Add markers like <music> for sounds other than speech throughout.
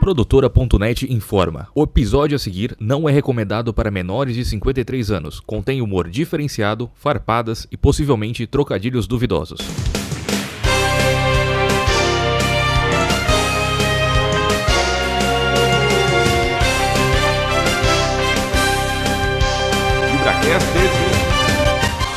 Produtora.net informa: o episódio a seguir não é recomendado para menores de 53 anos. Contém humor diferenciado, farpadas e possivelmente trocadilhos duvidosos.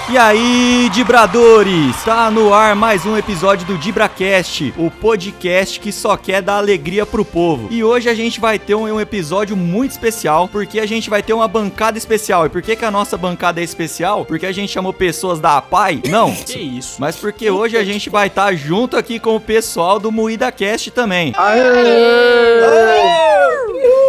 E aí, Dibradores! Está no ar mais um episódio do Dibracast, o podcast que só quer dar alegria pro povo. E hoje a gente vai ter um, um episódio muito especial, porque a gente vai ter uma bancada especial. E por que, que a nossa bancada é especial? Porque a gente chamou pessoas da APAI? Não, <laughs> Que isso? mas porque hoje a gente vai estar junto aqui com o pessoal do Moída Cast também.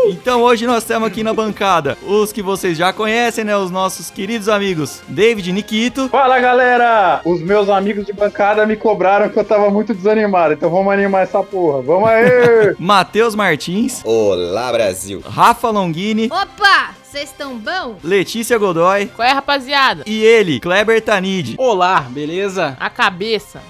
Então hoje nós temos aqui na bancada os que vocês já conhecem, né? Os nossos queridos amigos David Nikito. Fala galera! Os meus amigos de bancada me cobraram que eu tava muito desanimado, então vamos animar essa porra. Vamos aí! Matheus Martins, Olá, Brasil! Rafa Longini, Opa! Vocês estão bom? Letícia Godoy Qual é, rapaziada? e ele, Kleber Tanid. Olá, beleza? A cabeça.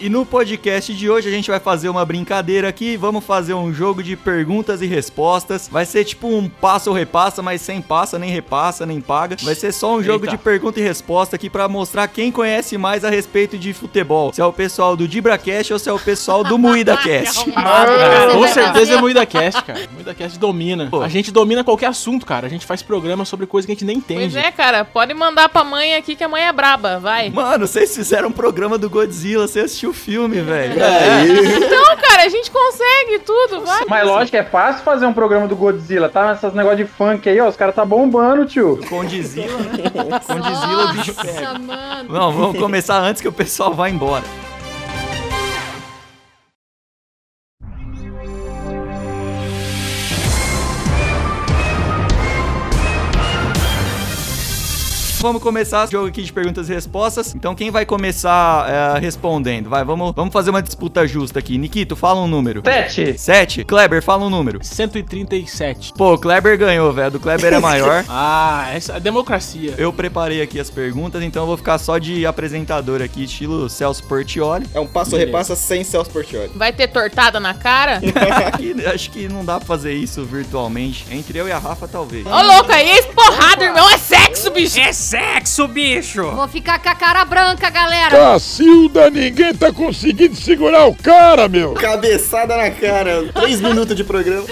E no podcast de hoje a gente vai fazer uma brincadeira aqui, vamos fazer um jogo de perguntas e respostas. Vai ser tipo um passa ou repassa, mas sem passa, nem repassa, nem paga. Vai ser só um jogo Eita. de pergunta e resposta aqui pra mostrar quem conhece mais a respeito de futebol. Se é o pessoal do DibraCast ou se é o pessoal do MoídaCast. Ah, cara. Ah, com Você vai certeza fazer- é Moída Cast, cara. Moída Cast domina. Pô. A gente domina qualquer assunto, cara. A gente faz programa sobre coisa que a gente nem entende. Pois é, cara, pode mandar pra mãe aqui que a mãe é braba, vai. Mano, vocês fizeram um programa do Godzilla, você assistiu o filme, velho. Então, cara, a gente consegue tudo, vai. Mas lógico, é fácil fazer um programa do Godzilla, tá? Esses negócios de funk aí, ó, os caras tá bombando, tio. Condizila, né? Condizila, bicho pega. Nossa, mano. Não, vamos começar antes que o pessoal vá embora. Vamos começar o jogo aqui de perguntas e respostas. Então, quem vai começar é, respondendo? Vai, vamos, vamos fazer uma disputa justa aqui. Nikito, fala um número. Tete! Sete. Kleber, fala um número. 137. Pô, o Kleber ganhou, velho. Do Kleber é <laughs> maior. Ah, essa é a democracia. Eu preparei aqui as perguntas, então eu vou ficar só de apresentador aqui, estilo Celso Portioli. É um passo ou repassa sem Celso Portioli. Vai ter tortada na cara? Aqui, acho que não dá pra fazer isso virtualmente. Entre eu e a Rafa, talvez. Ô, louco, aí é esporrada, irmão, é sexo, bicho. É sexo, bicho! Vou ficar com a cara branca, galera. Cacilda, ninguém tá conseguindo segurar o cara, meu! Cabeçada na cara, três minutos de programa.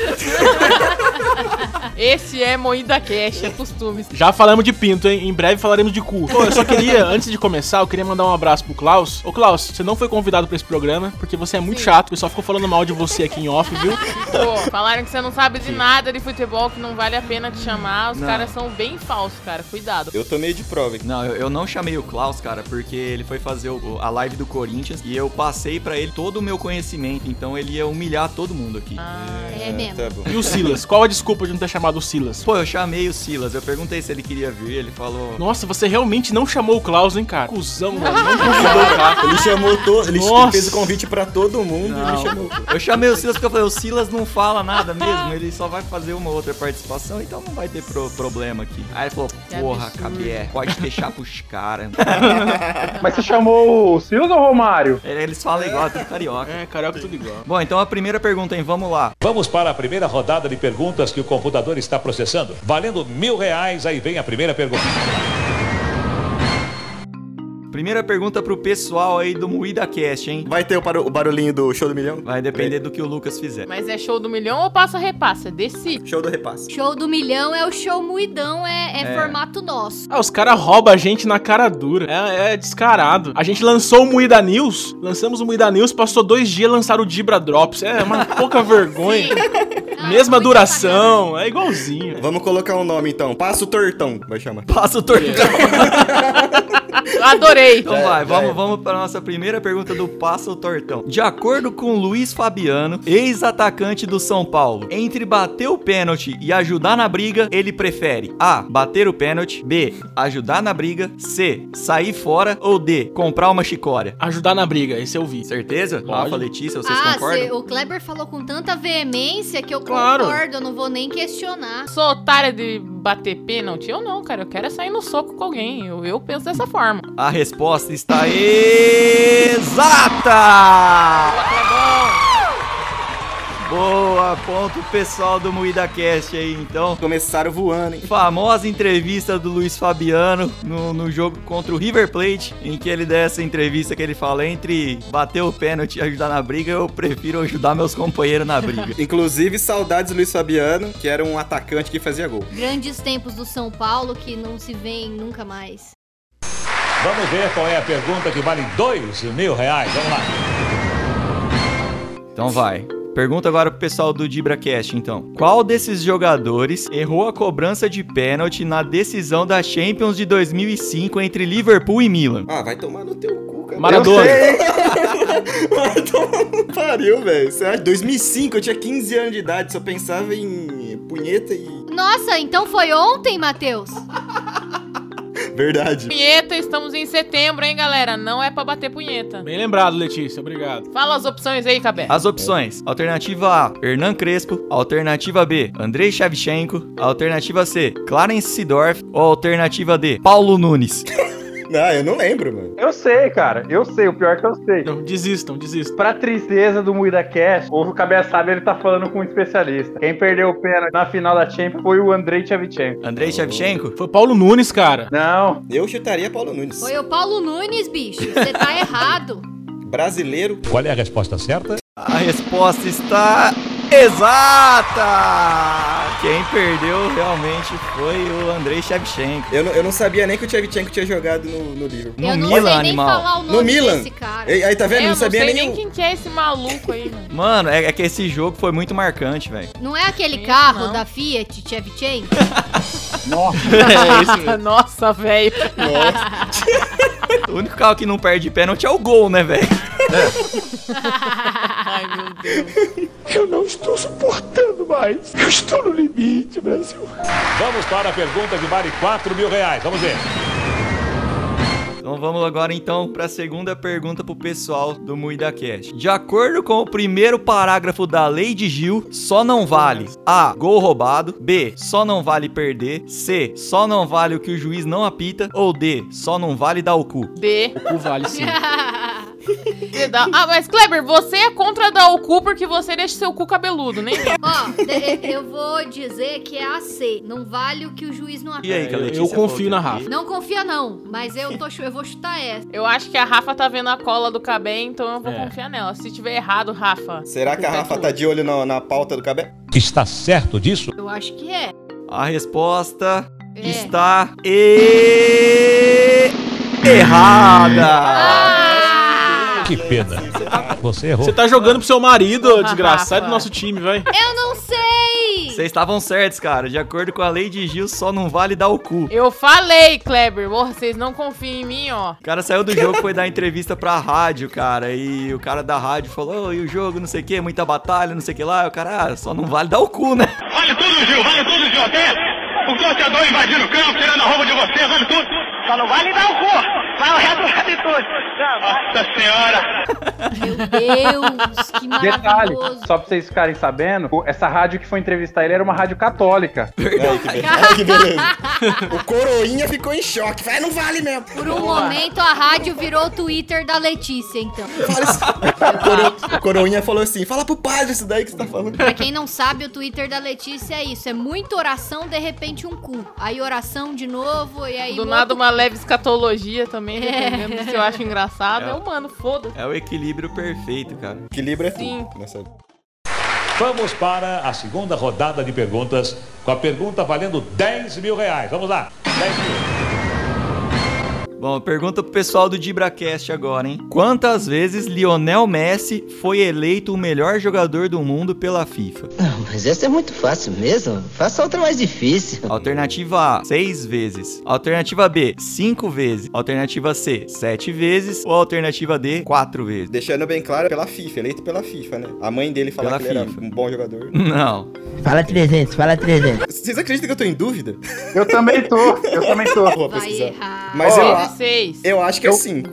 Esse é moída cash, é costumes. Já falamos de pinto, hein? Em breve falaremos de cu. Pô, eu só queria, <laughs> antes de começar, eu queria mandar um abraço pro Klaus. Ô, Klaus, você não foi convidado pra esse programa, porque você é muito chato. O pessoal ficou falando mal de você aqui em off, viu? Pô, falaram que você não sabe de nada de futebol, que não vale a pena te chamar. Os caras são bem falsos, cara, cuidado. Eu tô meio de prova. Não, eu, eu não chamei o Klaus, cara, porque ele foi fazer o- o- a live do Corinthians e eu passei pra ele todo o meu conhecimento, então ele ia humilhar todo mundo aqui. É mesmo. Tá bom. E o Silas? Qual a desculpa de não ter chamado o Silas? Pô, eu chamei o Silas, eu perguntei se ele queria vir, ele falou. Nossa, você realmente não chamou o Klaus, hein, cara? Cusão, velho. Não convidou o cara. Ele chamou todo. Ele Nossa. fez o convite pra todo mundo e me chamou. Eu chamei o Silas porque eu falei, o Silas não fala nada mesmo, ele só vai fazer uma outra participação, então não vai ter pro- problema aqui. Aí ele falou, porra, absurdo. KBR, pode deixar pros caras. <laughs> Mas você chamou o Silas ou o Romário? Eles falam igual, é tudo carioca. É, carioca tudo igual. Bom, então a primeira pergunta, hein? Vamos lá. Vamos para a primeira rodada de perguntas que o computador está processando. Valendo mil reais, aí vem a primeira pergunta. Primeira pergunta pro pessoal aí do Moída Cast, hein? Vai ter o, barul- o barulhinho do show do milhão? Vai depender do que o Lucas fizer. Mas é show do milhão ou passa repassa? É Desci. Show do repasse. Show do milhão é o show muidão, é, é É. formato nosso. Ah, os caras roubam a gente na cara dura. É, é descarado. A gente lançou o Moída News, lançamos o Moída News, passou dois dias lançaram o Dibra Drops. É <laughs> uma pouca vergonha. Ah, Mesma muito duração, é igualzinho. Vamos colocar um nome então. Passo Tortão, vai chamar. Passa o tortão. Eu adorei. Então vai, vamos, vamos para nossa primeira pergunta do Passa o Tortão. De acordo com Luiz Fabiano, ex-atacante do São Paulo, entre bater o pênalti e ajudar na briga, ele prefere A. Bater o pênalti, B. Ajudar na briga, C. Sair fora ou D. Comprar uma chicória. Ajudar na briga, esse eu vi. Certeza? Rafa, Letícia, vocês ah, concordam? cê- o Kleber falou com tanta veemência que eu Claro. concordo, eu não vou nem questionar. Sou otária de bater pênalti? Eu não, cara. Eu quero é sair no soco com alguém. Eu, eu penso dessa forma. A resposta está exata! Boa, ponto o pessoal do Moída Cast aí, então. Começaram voando, hein? Famosa entrevista do Luiz Fabiano no, no jogo contra o River Plate, em que ele dá essa entrevista que ele fala entre bater o pênalti e ajudar na briga, eu prefiro ajudar meus companheiros na <laughs> briga. Inclusive, saudades do Luiz Fabiano, que era um atacante que fazia gol. Grandes tempos do São Paulo que não se vêem nunca mais. Vamos ver qual é a pergunta que vale dois mil reais. Vamos lá. Então vai. Pergunta agora pro pessoal do DibraCast, então. Qual desses jogadores errou a cobrança de pênalti na decisão da Champions de 2005 entre Liverpool e Milan? Ah, vai tomar no teu cu, cara. Maradona. <laughs> Vai tomar no pariu, velho. Você acha? 2005, eu tinha 15 anos de idade, só pensava em punheta e... <laughs> Nossa, então foi ontem, Matheus? Verdade. Punheta, estamos em setembro, hein, galera? Não é pra bater punheta. Bem lembrado, Letícia. Obrigado. Fala as opções aí, Cabé. Tá As opções: alternativa A, Hernan Crespo, alternativa B, Andrei Shevchenko, alternativa C, Clarence Sidorf ou alternativa D, Paulo Nunes. Não, Ah, eu não lembro, mano. Eu sei, cara. Eu sei. O pior é que eu sei. Não, desistam, desistam. Pra tristeza do Muida Cash, o Cabeçada ele tá falando com um especialista. Quem perdeu o pênalti na final da Champions foi o Andrei Tchevchenko. Andrei Shevchenko? Foi Paulo Nunes, cara. Não, Eu chutaria Paulo Nunes. Foi o Paulo Nunes, bicho. Você <laughs> tá errado. Brasileiro. Qual é a resposta certa? A resposta está exata! Quem perdeu realmente foi o Andrei Shevchenko. Eu não, eu não sabia nem que o Tchevchenko tinha jogado no, no livro. No eu não Milan, sei nem animal. falar o No nome Milan. desse cara. Ei, Aí, tá É, vendo? eu não sabia sei nem... nem quem que é esse maluco aí, <laughs> mano. Mano, é, é que esse jogo foi muito marcante, velho. <laughs> Não é aquele Isso, carro não. da Fiat Chevchenko? É, Ah, Nossa, velho. O único carro que não perde pênalti é o gol, né, velho? <laughs> Ai, meu Deus. Eu não estou suportando mais. Eu estou no limite, Brasil. Vamos para a pergunta que vale quatro mil reais. Vamos ver. Então vamos agora então para a segunda pergunta pro pessoal do Muida Cash. De acordo com o primeiro parágrafo da Lei de Gil, só não vale A, gol roubado, B, só não vale perder, C, só não vale o que o juiz não apita ou D, só não vale dar o cu. D. O cu vale <laughs> sim. D dá- Ah, mas Kleber, você é contra dar o cu porque você deixa seu cu cabeludo, nem eu. Ó, de- é, eu vou dizer que é a C. Não vale o que o juiz não E aí, aprova. que a eu Letícia confio falou que na é B. Rafa. Não confia não, mas eu, tô, chu- eu vou chutar essa. Eu acho que a Rafa tá vendo a cola do Cabé, então eu vou É. confiar nela. Se tiver errado, Rafa. Será que a culpa é Rafa tua. tá de olho na, na pauta do cabelo? Está certo disso? Eu acho que é. A resposta É. está e... é errada. Ah! Que pena. Você errou. Você tá jogando pro seu marido, Porra, desgraçado Rafa. É. do nosso time, vai. Eu não sei! Vocês estavam certos, cara. De acordo com a Lei de Gil, só não vale dar o cu. Eu falei, Kleber. Porra, vocês não confiam em mim, ó. O cara saiu do jogo, foi dar entrevista pra rádio, cara. E o cara da rádio falou: "Ô, e o jogo, não sei o que, muita batalha, não sei o que lá. E o cara, ah, só não vale dar o cu, né? Vale tudo, Gil. Vale tudo, Gil. Até o torcedor invadindo o campo, tirando a roupa de você. Vale tudo. Só não vale dar o cu. Vai o resto vale tudo. Nossa senhora. Meu Deus, <laughs> que Detalhe, maravilhoso. só pra vocês ficarem sabendo, o- essa rádio que foi entrevistar ele era uma rádio católica. Aí, que beleza. Ai, que beleza. O Coroinha ficou em choque. Vai, não vale mesmo. Por um momento a rádio virou o Twitter da Letícia, então. Fala isso. O Coro- O Coroinha falou assim: fala pro padre isso daí que você tá falando. Pra quem não sabe, o Twitter da Letícia é isso: é muita oração, de repente um cu. Aí oração de novo, e É. aí. Do um nada outro- uma leve escatologia também, dependendo do que eu acho engraçado. Eu, mano, foda-se. É o equilíbrio perfeito, cara. Equilíbrio é Sim. tudo. Nessa... Vamos para a segunda rodada de perguntas, com a pergunta valendo 10 mil reais. Vamos lá. 10 mil. Bom, pergunta pro pessoal do DibraCast agora, hein? Quantas vezes Lionel Messi foi eleito o melhor jogador do mundo pela FIFA? Não, mas essa é muito fácil mesmo. Faça outra mais difícil. Alternativa A, seis vezes. Alternativa B, cinco vezes. Alternativa C, sete vezes. Ou alternativa D, quatro vezes. Deixando bem claro, pela FIFA, eleito pela FIFA, né? A mãe dele fala Pela que ele FIFA. era um bom jogador. Não. Fala 300, fala 300. Vocês acreditam que eu tô em <laughs> dúvida? Eu também tô, eu também tô. Vou Vai pesquisar. errar. <laughs> Mas eu, Ah, a- 16, eu acho que é 5.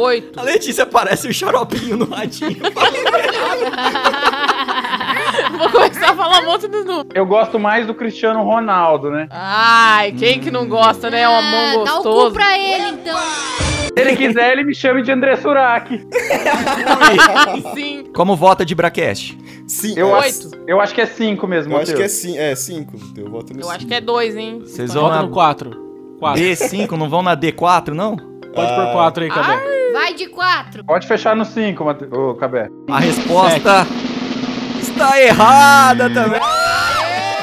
8. A Letícia parece o xaropinho no radinho. Vou começar a falar um monte de número. Eu gosto mais do Cristiano Ronaldo, né? Ai, quem que não gosta, né? É um Ah, mão Dá o cu gostoso. pra ele, então. Se ele quiser, ele me chame de André Surak. Sim. <laughs> Como vota de Bracast? Sim, Eu, é, acho- eu acho que é cinco mesmo, eu acho que é Matheus. 5. É, 5. Eu voto no Eu cinco. acho que é dois, hein? Então, Vocês vão Vota na no 4. 4. D5, não vão na D4, não? Pode pôr 4 aí, Cabé. Vai de quatro. Pode fechar no cinco, Matheus. Ô, Cabé. A resposta está errada também. é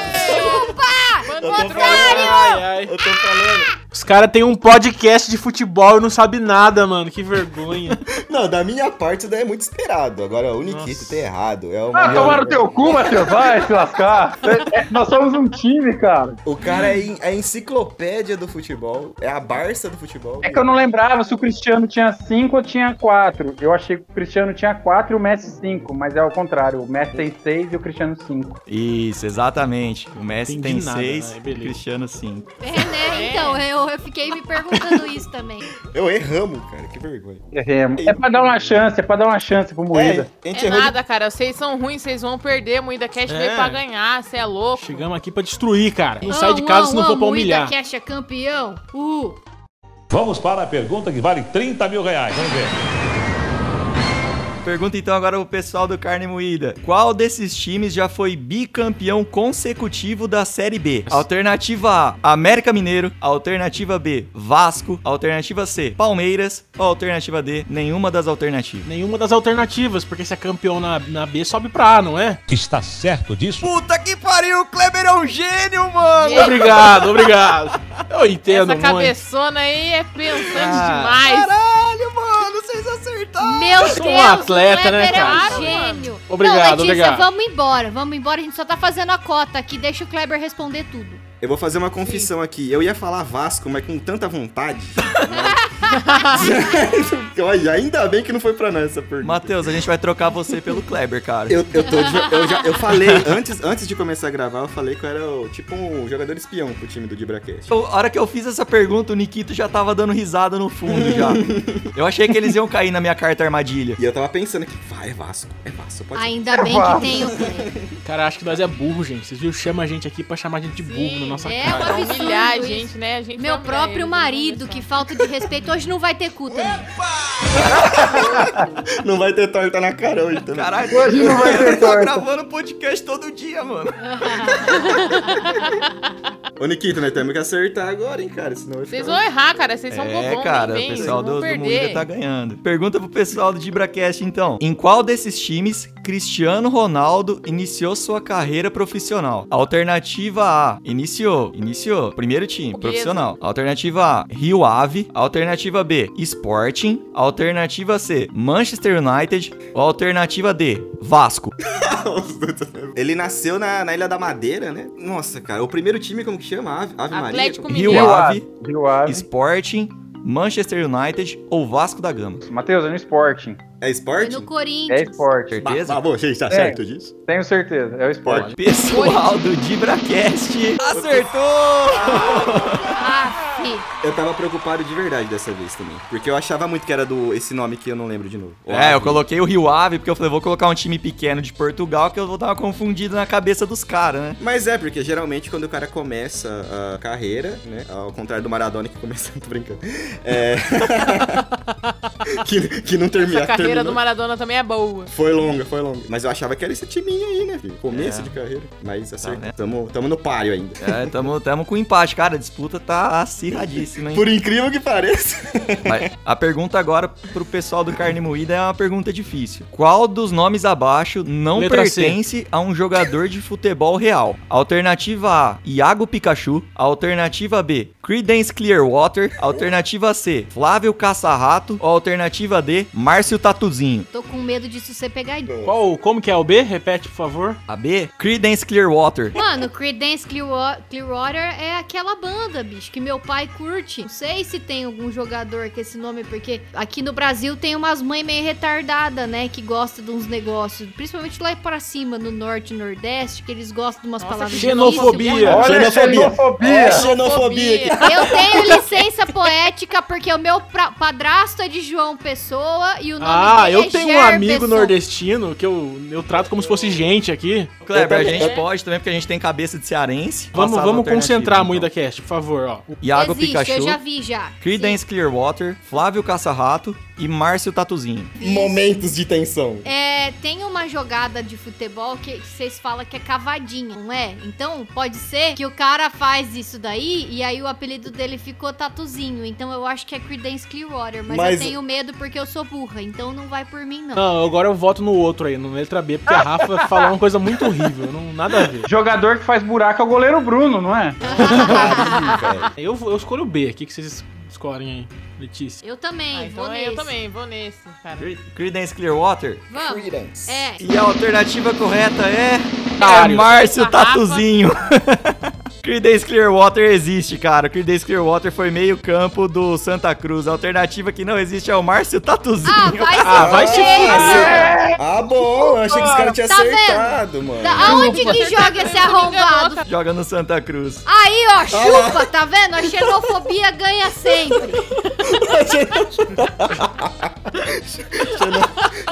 Ai, ai. Eu tô falando. Os caras têm um podcast de futebol e não sabe nada, mano. Que vergonha. Não, da minha parte, isso daí é muito esperado. Agora, o Nikito tá errado. É uma... Ah, tomar no teu cu, Matheus. Vai se <laughs> lascar. É, é, Nós somos um time, cara. O cara é en- é a enciclopédia do futebol. É a Barça do futebol. É que eu não lembrava se o Cristiano tinha cinco ou tinha quatro. Eu achei que o Cristiano tinha quatro e o Messi cinco, mas é ao contrário. O Messi tem seis e o Cristiano cinco. Isso, exatamente. O Messi Entendi tem nada, 6, né? o Beleza. Cristiano 5. É, né? Então, eu, eu fiquei me perguntando isso <laughs> também. Eu erramos, cara. Que vergonha. Erremos. É pra dar uma chance, é pra dar uma chance pro Moída. É, a gente É errou de- nada, cara. Vocês são ruins, vocês vão perder. Muita cash veio É. pra ganhar, você é louco. Chegamos aqui pra destruir, cara. Não Ah, Um sai de casa se não ah, for ah, pra Muita humilhar. Cash é campeão. Uh, Vamos para a pergunta que vale 30 mil reais. Vamos ver. Pergunta então agora o pessoal do Carne Moída. Qual desses times já foi bicampeão consecutivo da Série B? Alternativa A, América Mineiro. Alternativa B, Vasco. Alternativa C, Palmeiras. Ou alternativa D, nenhuma das alternativas. Nenhuma das alternativas, porque se é campeão na, na B, sobe pra A, não é? Está certo disso? Puta que pariu, o Kleber é um gênio, mano! <laughs> Obrigado, obrigado. Eu entendo Essa muito. cabeçona aí é pensante Ah. demais. Caralho, mano, vocês acertaram! meu Deus, sou um atleta, o né, Kleber cara? é um gênio. Obrigado, Não, Letícia, obrigado. vamos embora, vamos embora. A gente só tá fazendo a cota aqui. Deixa o Kleber responder tudo. Eu vou fazer uma confissão aqui. Eu ia falar Vasco, mas com tanta vontade. né? <laughs> <laughs> Olha, ainda bem que não foi pra nós essa pergunta. Matheus, a gente vai trocar você pelo Kleber, cara. Eu, eu, tô de- eu já, eu falei, antes, antes de começar a gravar, eu falei que eu era o- tipo um jogador espião pro time do Dibracast. Eu- a hora que eu fiz essa pergunta, o Nikito já tava dando risada no fundo <laughs> já. Eu achei que eles iam cair na minha carta armadilha. E eu tava pensando aqui, vai, é Vasco, é Vasco, pode Ainda bem que tem o Kleber. Cara, acho que nós é burro, gente. Vocês viram? Chama a gente aqui pra chamar a gente de burro na nossa é cara. uma- absurdo humilhar a isso. gente, né? A gente Meu humilha eles, próprio né? marido, que falta de respeito, hoje não vai ter cu também. Não vai ter torta na cara hoje também. Caralho, hoje não <laughs> vai ter tá gravando podcast todo dia, mano. Ô, Nikito, nós temos que acertar agora, hein, cara, senão vai Vocês ficar... vão errar, cara. Vocês são bobões, É, nem cara, o um né? vem, pessoal vocês vão do, do Moída perder. tá ganhando. Pergunta pro pessoal do DibraCast, então. Em qual desses times Cristiano Ronaldo iniciou sua carreira profissional? Alternativa A, iniciou, iniciou, primeiro time, Mesmo. profissional. Alternativa A, Rio Ave. Alternativa B, Sporting. Alternativa C, Manchester United. Ou alternativa D, Vasco. Ele nasceu na, na Ilha da Madeira, né? Nossa, cara, o primeiro time, como que chama? Ave, Ave Maria? é Atlético Rio Mineiro. Ave, Rio Ave. Sporting, Manchester United ou Vasco da Gama. Matheus, é no Sporting. É Foi esporte? no É Corinthians. Sporting. Certeza? Ah, bom, gente, tá É. certo disso? Tenho certeza, é o Sporting. <laughs> Pessoal do DibraCast acertou! Ah, Aff. Eu tava preocupado de verdade dessa vez também. Porque eu achava muito que era do esse nome que eu não lembro de novo. É, eu coloquei o Rio Ave porque eu falei, vou colocar um time pequeno de Portugal que eu vou dar uma confundida na cabeça dos caras, né? Mas é, porque geralmente quando o cara começa a carreira, né? Ao contrário do Maradona que começa. <laughs> Tô brincando. É. <laughs> que, que não termina. Essa carreira do terminou. Maradona também é boa. Foi longa, foi longa. Mas eu achava que era esse timinho aí, né, filho? Começo de carreira. Mas acertamos. É. né? tamo, tamo no páreo ainda. É, tamo, tamo com empate, cara. A disputa tá acirradíssima, hein? Por incrível que pareça. Mas a pergunta agora pro pessoal do Carne Moída é uma pergunta difícil. Qual dos nomes abaixo não Letra C. pertence a um jogador de futebol real? Alternativa A, Iago Pikachu. Alternativa B, Creedence Clearwater. Alternativa C, Flávio Caçarrato. Ou alternativa D, Márcio Tatuzinho. Tô com medo disso ser pegadinha. Qual, como que é o B? Repete, por favor. A B, Creedence Clearwater. Mano, Creedence Clearwa- Clearwater é aquela banda, bicho, que meu pai curte. Não sei se tem algum jogador com esse nome, porque aqui no Brasil tem umas mães meio retardadas, né? Que gostam de uns negócios, principalmente lá pra cima, no norte e nordeste, que eles gostam de umas Nossa, palavras xenofobia. difíceis. Olha a é Xenofobia. <laughs> É xenofobia. xenofobia aqui. Eu tenho licença poética porque o meu pra- padrasto é de João Pessoa e o nome Ah, dele eu é tenho um Gerberson. amigo nordestino que eu, eu trato como se fosse gente aqui. Kleber, a gente É. pode também, porque a gente tem cabeça de cearense. Vamos, Passar vamos alternativa, concentrar a então. Moída Cast, por favor, ó. Iago Detective Existe, Pikachu. eu já vi já. Creedence Clearwater, Flávio Caça-Rato e Márcio Tatuzinho. Momentos de tensão. É, tem uma jogada de futebol que que vocês falam que é cavadinha, não é? Então, pode ser que o cara faz isso daí e aí o apelido dele ficou Tatuzinho. Então, eu acho que é Creedence Clearwater, mas, Mas- eu tenho medo porque eu sou burra, então não vai por mim, <laughs> não. <laughs> Não, agora eu voto no outro aí, no letra B, porque a Rafa falou uma coisa muito horrível, não, nada a ver. Jogador que faz buraco é o goleiro Bruno, não é? Eu, vou- eu escolho o B, o que, que vocês escolhem aí, Letícia? Eu também, Ah, então vou eu nesse. também, vou nesse, cara. Creedence Clearwater. Vamos. É. E a alternativa correta é. É Otário. Márcio Tatuzinho. <laughs> Creedence Clearwater existe, cara. Creedence Clearwater foi meio campo do Santa Cruz. A alternativa que não existe é o Márcio Tatuzinho. Ah, vai se é. fuder. Ah, bom, eu achei que os caras tinham é. Tá vendo? acertado, mano. Da- aonde que tá joga esse arrombado? Ah. <laughs> Joga no Santa Cruz. Aí, Ah. ó, Olha lá. chupa, tá vendo? A xenofobia ganha sempre. Tá.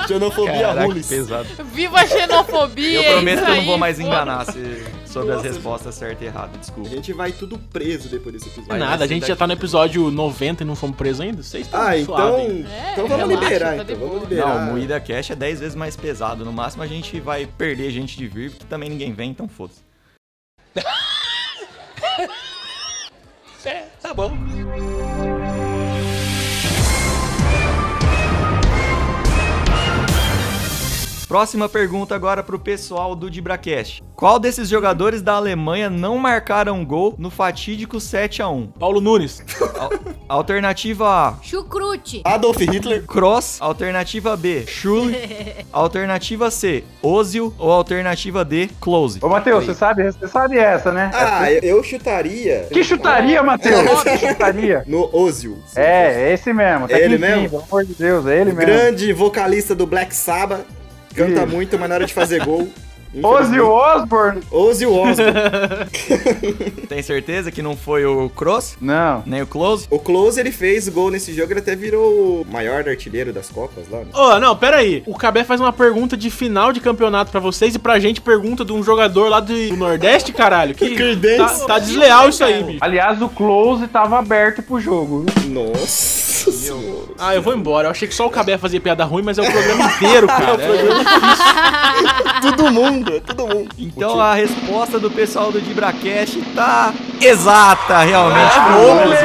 Xenofobia Caraca, rules. que pesado. Viva a xenofobia! é Eu prometo isso que eu não aí, vou mais foda-se. enganar se- sobre as respostas certa e errada, desculpa. A gente vai tudo preso depois desse episódio. Nada, a gente já tá no episódio 90 e não fomos presos ainda? Vocês estão Ah, então- suave, hein? então vamos relaxa, liberar, tá de então, vamos boa. liberar. Não, o Moída Cash é 10 vezes mais pesado. No máximo a gente vai perder gente de vir, porque também ninguém vem, então foda-se. <laughs> É, tá bom. Próxima pergunta agora pro pessoal do DibraCast. Qual desses jogadores da Alemanha não marcaram gol no fatídico 7x1? Paulo Nunes. alternativa A, Chucrute. Adolf Hitler. Cross. Alternativa B, Schule. alternativa C, Ozil. Ou alternativa D, Close. Ô, Matheus, você sabe, você sabe essa, né? Ah, eu, eu chutaria. Que chutaria, <laughs> Matheus? Que chutaria? No Ozil. É, é esse mesmo. Tá É aqui ele em cima, mesmo? Pelo amor de Deus, é ele mesmo. Grande vocalista do Black Sabbath. Canta Isso. muito, mas na hora de fazer gol. <laughs> Ozil Osbourne. Ozil Osbourne. Tem certeza que não foi o Cross? Não. Nem o Close? O Close ele fez gol nesse jogo, ele até virou o maior artilheiro das Copas lá. Né? Ô, não, pera aí. O Cabé faz uma pergunta de final de campeonato pra vocês e pra gente pergunta de um jogador lá do, do Nordeste, caralho. Que Credense. tá, tá desleal isso aí, bicho. Aliás, o close tava aberto pro jogo. Nossa senhora. Ah, eu vou embora. Eu achei que só o Cabé fazia piada ruim, mas é o programa inteiro, cara. todo mundo, é todo mundo. Então a resposta do pessoal do DibraCast tá exata, realmente. Ah, Close.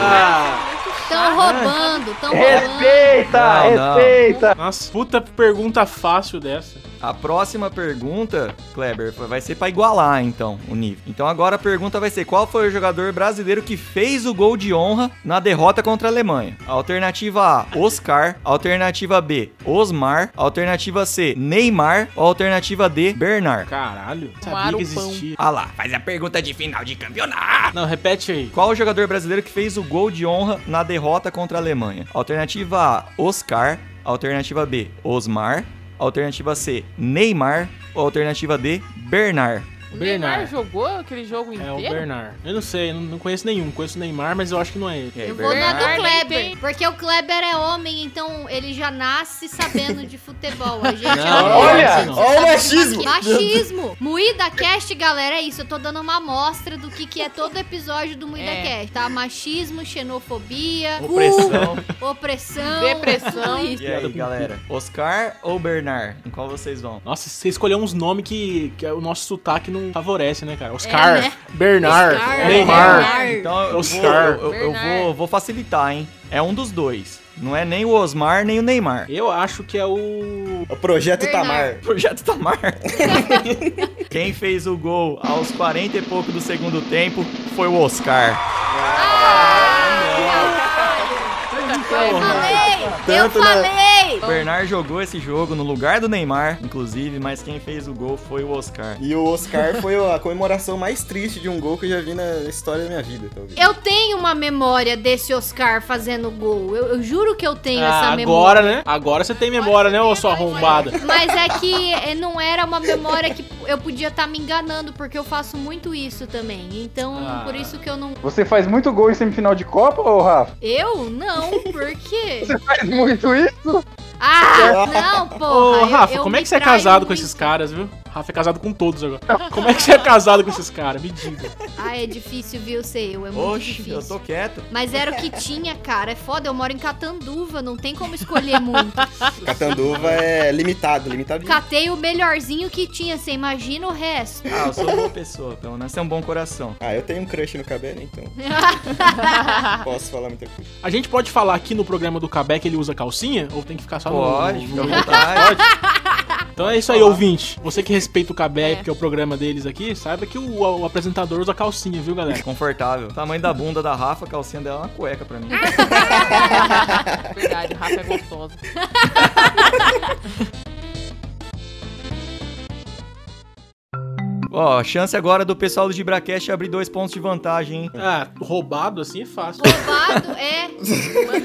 Ah. Tão roubando, tão É roubando. Respeita, Não, não. respeita. Nossa, puta pergunta fácil dessa. A próxima pergunta, Kleber, vai ser pra igualar então o nível. Então agora a pergunta vai ser: qual foi o jogador brasileiro que fez o gol de honra na derrota contra a Alemanha? Alternativa A, Oscar. Alternativa B, Osmar. Alternativa C, Neymar. Ou alternativa D, Bernard. Caralho, Um sabia Tomara que o pão. existia. Ah lá, faz a pergunta de final de campeonato. Não, repete aí. Qual o jogador brasileiro que fez o gol de honra na derrota contra a Alemanha? Alternativa A, Oscar. Alternativa B, Osmar. Alternativa C, Neymar. Ou alternativa D, Bernard. O Neymar Bernard. jogou aquele jogo inteiro? É o Bernard. Eu não sei, não, não conheço nenhum. Conheço o Neymar, mas eu acho que não é ele. Eu vou na do Bernardo, Kleber, tem- porque o Kleber é homem, então ele já nasce sabendo de futebol. A gente é Não, homem, olha, a gente já olha o sabe machismo. de maqui- Machismo. Moída Cast, galera, é isso. Eu tô dando uma amostra do que, que é todo episódio do Moída É. Cast, tá? Machismo, xenofobia, Opressão. cu, opressão Depressão. tudo isso. E aí, galera? Oscar ou Bernard? Em qual vocês vão? Nossa, você escolheu uns nomes que, que o nosso sotaque não favorece, né, cara? Oscar, né? Bernard, Oscar, Neymar. Neymar. Então eu, vou, Oscar. eu- eu- eu Bernard. vou, vou facilitar, hein? É um dos dois. Não é nem o Osmar, nem o Neymar. Eu acho que é o. O projeto tá Verdade. Tamar. <laughs> Projeto Tamar. Quem fez o gol aos 40 e pouco do segundo tempo foi o Oscar. Kleber. Falei, eu Tanto na- falei. O Bernard jogou esse jogo no lugar do Neymar, inclusive, mas quem fez o gol foi o Oscar. E o Oscar foi a comemoração mais triste de um gol que eu já vi na história da minha vida, talvez. Eu tenho uma memória desse Oscar fazendo gol. Eu, eu juro que eu tenho Ah, essa memória. agora, né? Agora você tem memória, né, ô sua arrombada? Mas é que eh, não era uma memória que eu podia estar me enganando, porque eu faço muito isso também. Então, Ah. por isso que eu não. Você faz muito gol em semifinal de Copa, ô Rafa? Eu? Não, por <laughs> quê? Você faz muito isso? Ah, não, porra. Ô, eu- Rafa, eu como é me que você é traio casado com muito. esses caras, viu? Rafa é casado com todos agora. Como é que você é casado com esses caras? Me diga. Ah, é difícil, viu, ser eu. É muito Oxe, difícil. eu tô quieto. Mas era o <laughs> que tinha, cara. É foda, eu moro em Catanduva, não tem como escolher <laughs> muito. Catanduva é limitado, limitado. Catei o melhorzinho que tinha, você imagina o resto. Ah, eu sou uma boa pessoa, pelo menos. Você é um bom coração. Ah, eu tenho um crush no cabelo, <laughs> então posso falar muita coisa. A gente pode falar aqui no programa do Cabé que ele usa calcinha? Ou tem que Tá ficar só no- Pode, no... fica à vontade. <laughs> Então é isso aí, ouvinte. Você que respeita o Cabé, porque é o programa deles aqui, saiba que o, o apresentador usa calcinha, viu, galera? Confortável. Tamanho da bunda da Rafa, a calcinha dela é uma cueca pra mim. <laughs> Verdade, Rafa é gostosa. Ó, chance agora do pessoal do Gibracast abrir dois pontos de vantagem, hein? <laughs> Ah, roubado assim é fácil. Roubado é.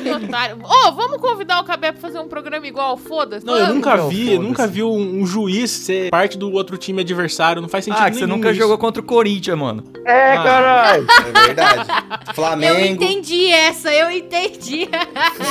Mano, otário. Ô, vamos convidar o Cabé pra fazer um programa igual? Foda-se. Não, eu Vamos. nunca Não, vi, foda-se. nunca vi um, um juiz ser parte do outro time adversário. Não faz sentido Ah, que nenhum. você nunca isso. jogou contra o Corinthians, mano. É, Ah. caralho! É verdade. Eu Flamengo, entendi essa, eu entendi.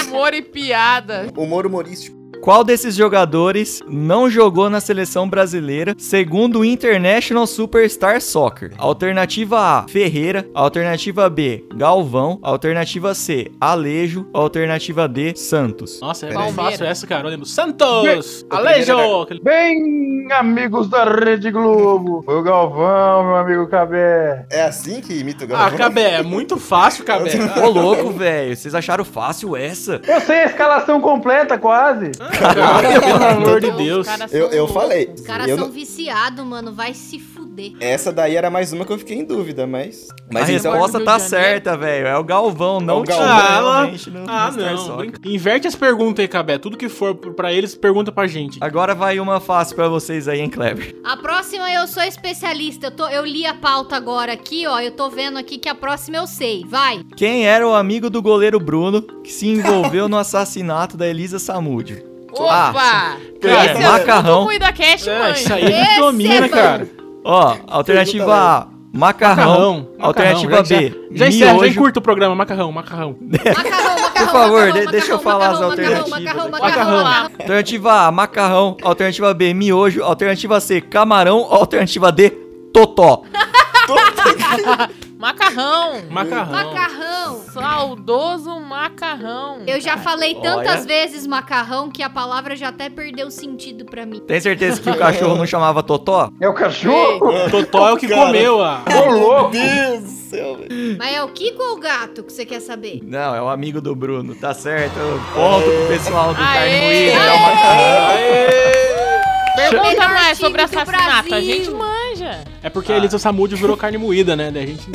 Humor e piada. humor humorístico. Qual desses jogadores não jogou na seleção brasileira, segundo o International Superstar Soccer? Alternativa A, Ferreira. Alternativa B, Galvão. Alternativa C, Alejo. Alternativa D, Santos. Nossa, é Peraí. fácil essa, cara. Eu lembro. Santos! primeiro Alejo! Aquele- Bem, amigos da Rede Globo. Foi o Galvão, meu amigo Cabé. É assim que imita o Ah, Galvão? Cabé, é muito fácil, Cabé. <laughs> Ô, louco, velho. Vocês acharam fácil essa? Eu sei a escalação completa, quase. Cara, pelo amor de Os Deus. caras são Eu, eu loucos. falei. Os caras Eu são não- viciados, mano. Vai se fuder. Essa daí era mais uma que eu fiquei em dúvida, mas. A Mas então. resposta Rio tá de Janeiro. certa, velho. É o Galvão, não o o Galvão. Ah, ela- realmente no, Ah, no Star não. Soccer. brinca- Inverte as perguntas aí, Cabé. Tudo que for pra eles, pergunta pra gente. Agora vai uma fácil pra vocês aí, hein, Kleber? A próxima eu sou especialista. Eu, tô, eu li a pauta agora aqui, ó. Eu tô vendo aqui que a próxima eu sei. Vai. Quem era o amigo do goleiro Bruno que se envolveu no assassinato da Elisa Samúdio? Opa! Cara, Esse é o macarrão. Comida cash, É, mãe. isso aí ele Esse domina, é cara. Ó, alternativa A, macarrão. Alternativa já- B, Já, já encerra, já miojo. encurta o programa. Macarrão, macarrão. Macarrão, macarrão. Por favor, macarrão, de- deixa eu falar as alternativas Macarrão, macarrão, aqui. macarrão, macarrão. Alternativa A, macarrão. Alternativa B, miojo. Alternativa C, camarão. Alternativa D, totó. Macarrão. Macarrão. Macarrão. Saudoso macarrão. Eu já falei tantas olha. vezes macarrão que a palavra já até perdeu sentido pra mim. Tem certeza que o cachorro não chamava totó? É o cachorro? Totó é o que Cara. comeu, ah. Ô, louco! Meu Deus do céu, velho. Mas é o Kiko ou o gato que você quer saber? Não, é o amigo do Bruno, tá certo. Ponto pro pessoal do Carne Aê! Moída, é o macarrão. Pergunta Melhor mais time sobre do assassinato. A Brasil. gente manja. É porque a Elisa Samudio virou carne moída, né? Daí a gente.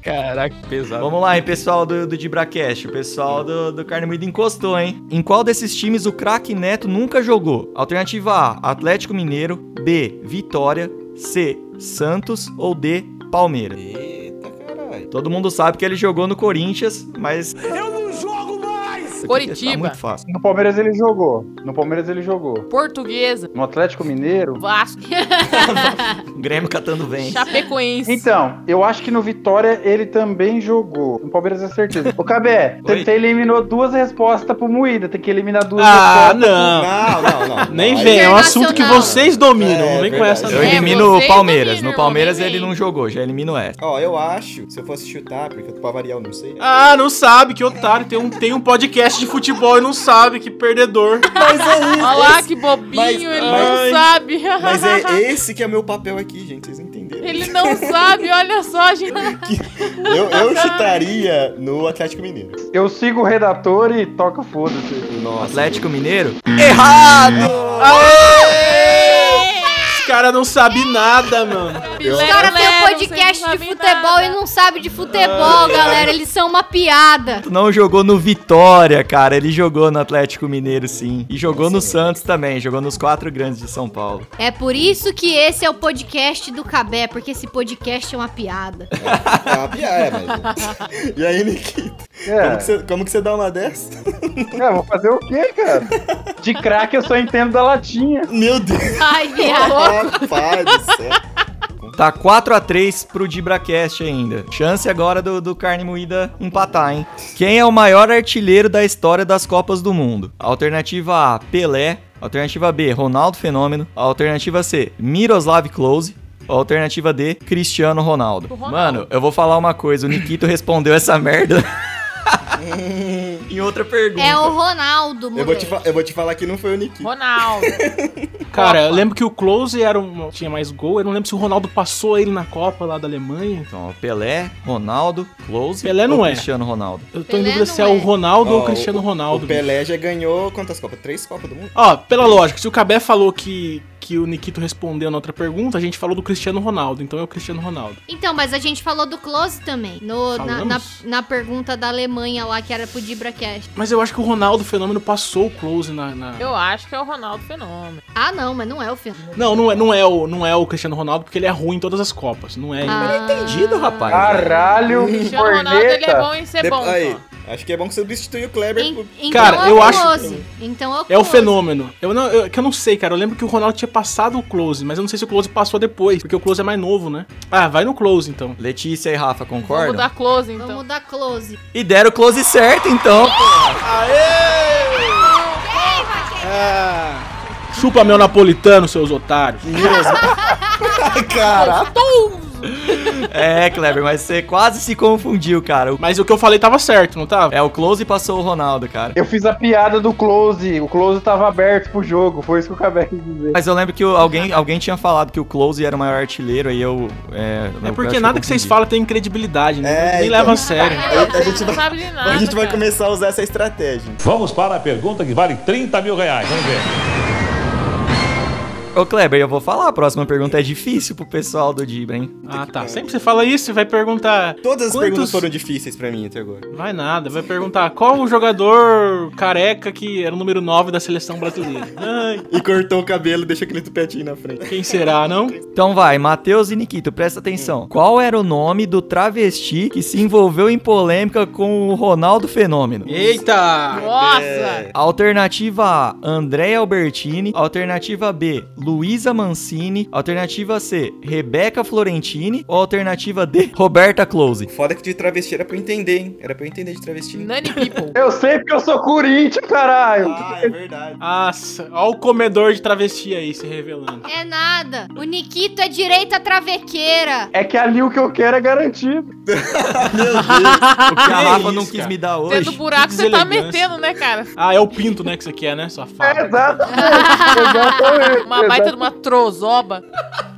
Caraca, pesado. Vamos lá, hein, pessoal do, do Dibracast. O pessoal do, do Carne Moída encostou, hein? Em qual desses times o craque Neto nunca jogou? Alternativa A, Atlético Mineiro. B, Vitória. C, Santos. Ou D, Palmeiras. Eita, caralho. Todo mundo sabe que ele jogou no Corinthians, mas... Tá Coritiba, muito fácil. No Palmeiras ele jogou. No Palmeiras ele jogou. Portuguesa, No Atlético Mineiro. Vasco, O Grêmio catando vem. Chapecoense. Então, eu acho que no Vitória ele também jogou. No Palmeiras é certeza. Ô, Cabé, Oi. você tá eliminou duas respostas pro Moída. Tem que eliminar duas Ah, respostas. não. Não, não, não. <laughs> Nem Aí- vem, é um assunto que Internacional. vocês dominam, É, não vem com verdade. essa. Eu É, elimino o vocês Palmeiras. dominam, No Palmeiras irmão, nem ele vem. não jogou, já elimino essa. Ó, eu acho, se eu fosse chutar, porque eu tô pra variar, eu não sei. Ah, não sabe, que otário. Tem um, tem um podcast de futebol e não sabe, que perdedor. Mas é isso. Olha lá esse- que bobinho, mas- ele mas- não sabe. Mas <laughs> é esse que é meu papel aqui, gente. Vocês entenderam? Ele não sabe, olha só, gente. Eu, eu chutaria no Atlético Mineiro. Eu sigo o redator e toca foda-se. Nossa. Atlético Mineiro? Esse cara não sabe nada, mano. Os caras têm um podcast de futebol e não sabe de futebol, galera. Eles são uma piada. Não jogou no Vitória, cara. Ele jogou no Atlético Mineiro, sim. E jogou no Santos também. Jogou nos quatro grandes de São Paulo. É por isso que esse é o podcast do Cabé, porque esse podcast é uma piada. É Ah, uma piada, mas... <laughs> E aí, Nikita? Como, que É, você, como que você dá uma dessa? é, vou fazer o quê, cara? De craque eu só entendo da latinha. Meu Deus, Ai, viado. rapaz do <laughs> céu. Tá 4 a 3 pro Dibracast ainda. Chance agora do, do Carne Moída empatar, hein? Quem é o maior artilheiro da história das Copas do Mundo? Alternativa A, Pelé. Alternativa B, Ronaldo Fenômeno. Alternativa C, Miroslav Klose. Alternativa D, Cristiano Ronaldo. Mano, eu vou falar uma coisa. O Nikito respondeu essa merda <laughs> em outra pergunta. É o Ronaldo, Eu vou, te moleque. fa- eu vou te falar que não foi o Nikito. Ronaldo. Cara, eu lembro que o Close era um, tinha mais gol. Eu não lembro se o Ronaldo passou ele na Copa lá da Alemanha. Então, ó, Pelé, Ronaldo, Close Pelé não ou é. Cristiano Ronaldo? Eu tô em dúvida se é o Ronaldo ou Ó, o Cristiano Ronaldo. O Pelé já ganhou quantas Copas? Três Copas do Mundo? Ó, pela lógica, se o Cabé falou que, que o Nikito respondeu na outra pergunta, a gente falou do Cristiano Ronaldo, então é o Cristiano Ronaldo. Então, mas a gente falou do Close também. no- na, na, Falamos? na pergunta da Alemanha lá, que era pro DibraCast. Mas eu acho que o Ronaldo Fenômeno passou o Close na. na- Eu acho que é o Ronaldo Fenômeno. Ah, não, mas não é o fenômeno. Não, não é, não, é o, não é o Cristiano Ronaldo, porque ele é ruim em todas as Copas. Não é. Ah. Ele é entendido, rapaz. Caralho, Cristiano Ronaldo, ele é bom em ser De- bom. Aí, só. acho que é bom que substituir o Kleber por... Então Cara, é o eu acho- Close. Então é o É o Close. fenômeno. Eu não, eu, que eu não sei, cara. Eu lembro que o Ronaldo tinha passado o Close, mas eu não sei se o Close passou depois, porque o Close é mais novo, né? Ah, vai no Close então. Letícia e Rafa, Vamos concordam? mudar close, então. Vamos mudar Close. E deram o close certo, então. Chupa meu napolitano, seus otários. Caraca! É, Kleber, mas você quase se confundiu, cara. O- Mas o que eu falei tava certo, não tava? É, o close passou o Ronaldo, cara. Eu fiz a piada do close. O close tava aberto pro jogo. Foi isso que eu acabei de dizer. Mas eu lembro que o- alguém, alguém tinha falado que o Close era o maior artilheiro, aí eu. É, eu É acho porque nada que vocês confundi. falam tem credibilidade, né? É, Nem então. leva <laughs> a sério. A- a gente É, não vai- sabe de nada. a gente vai cara. começar a usar essa estratégia. Vamos para a pergunta que vale 30 mil reais. Vamos ver. Ô, Kleber, eu vou falar. A próxima pergunta é difícil pro pessoal do Dibra, hein? Ah, tá. Sempre você fala isso e vai perguntar. Todas as Quantos- perguntas foram difíceis pra mim até agora. Vai nada, vai perguntar qual o jogador careca que era o número 9 da seleção brasileira. Ai, E cortou o cabelo, deixa aquele tupetinho na frente. quem será, não? Então vai, Matheus e Nikito, presta atenção. Qual era o nome do travesti que se envolveu em polêmica com o Ronaldo Fenômeno? Eita! Nossa! É. Alternativa A, André Albertini. Alternativa B, Luísa Mancini. Alternativa C, Rebeca Florentini. Ou alternativa D, Roberta Close. Foda que de travesti era pra eu entender, hein? Era pra eu entender de travesti. Nani People. Eu sei porque eu sou Corinthians, caralho. Ah, é verdade. Nossa, ó o comedor de travesti aí se revelando. É nada. O Nikito é direita travequeira. É que ali o que eu quero é garantido. O que a Que Rafa isso, não quis cara. me dar Dentro do hoje. buraco você tá deselegância. metendo, né, cara? Ah, é o pinto, né, que você quer, né, safado? É, exatamente. exatamente. <laughs> Uma baita de uma trozoba.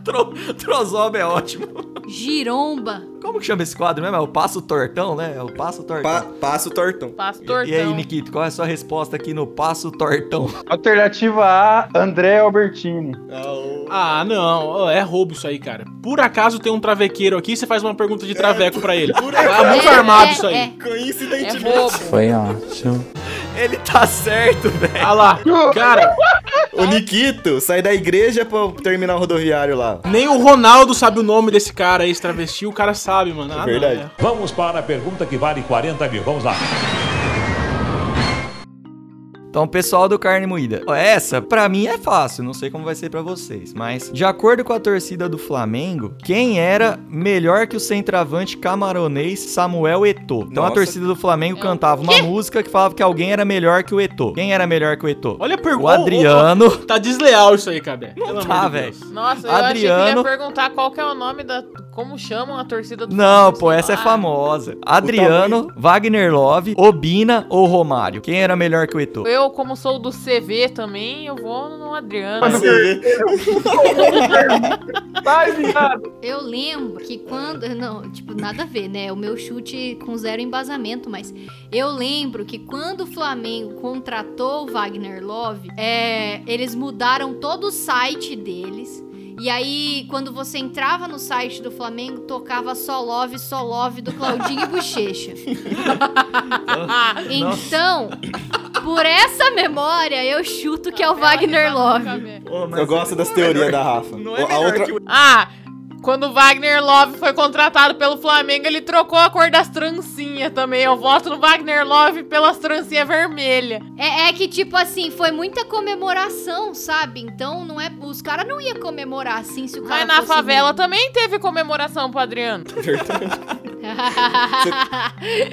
Tro, trozoba é ótimo. Giromba. Como que chama esse quadro mesmo? É o passo tortão, né? É o passo tortão. Pa- passa o tortão. Pastor. E aí, Nikito, qual é a sua resposta aqui no passo tortão? Alternativa A, André Albertini. É Ah, não, ó, é roubo isso aí, cara. Por acaso tem um travequeiro aqui, você faz uma pergunta de traveco pra ele. Ah, muito É, armado é, isso aí. é. É Coincidentemente. roubo. Ele tá certo, <laughs> velho. Ah lá, cara, o Nikito sai da igreja pra terminar o rodoviário lá. nem o Ronaldo sabe o nome desse cara aí, esse travesti, o cara sabe, mano. Ah, não, Verdade. é. Vamos para a pergunta que vale 40 mil. Vamos lá. Então, pessoal do Carne Moída, ó, essa pra mim é fácil, não sei como vai ser pra vocês, mas de acordo com a torcida do Flamengo, quem era melhor que o centroavante camaronês Samuel Eto'o? Então a Nossa. torcida do É Flamengo cantava uma música que falava que alguém era melhor que o Eto'o. Quem era melhor que o Eto'o? Olha a o pergunta. Adriano. Tá desleal isso aí, Cabé. Pelo amor tá, de Deus. velho. Nossa, eu achei que ele Adriano. ia perguntar qual que é o nome da. Como chamam a torcida do Não, Flamengo, assim, ah, pô, sei essa é lá. famosa. Adriano, Wagner Love, Obina ou Romário? Quem era melhor que o Eto'o? Eu, como sou do CV também, eu vou no Adriano. Você é vê. Sai, viado. Eu lembro que quando. <laughs> Não, tipo, nada a ver, né? O meu chute com zero embasamento, mas eu lembro que quando o Flamengo contratou o Wagner Love, é, eles mudaram todo o site deles. E aí, quando você entrava no site do Flamengo, tocava só Love, só Love do Claudinho e Bochecha. Então, por essa memória, eu chuto que é o Ela que Wagner tá no Love. cabelo. Eu gosto das teorias da Rafa. Não é a melhor outra, que Ah, quando o Wagner Love foi contratado pelo Flamengo, ele trocou a cor das trancinhas também. Eu voto no Wagner Love pelas trancinhas vermelhas. É, é que, tipo assim, foi muita comemoração, sabe? Então, não é. Os caras não iam comemorar assim se o cara. Mas na fosse favela também teve comemoração pro Adriano. Tá, bem.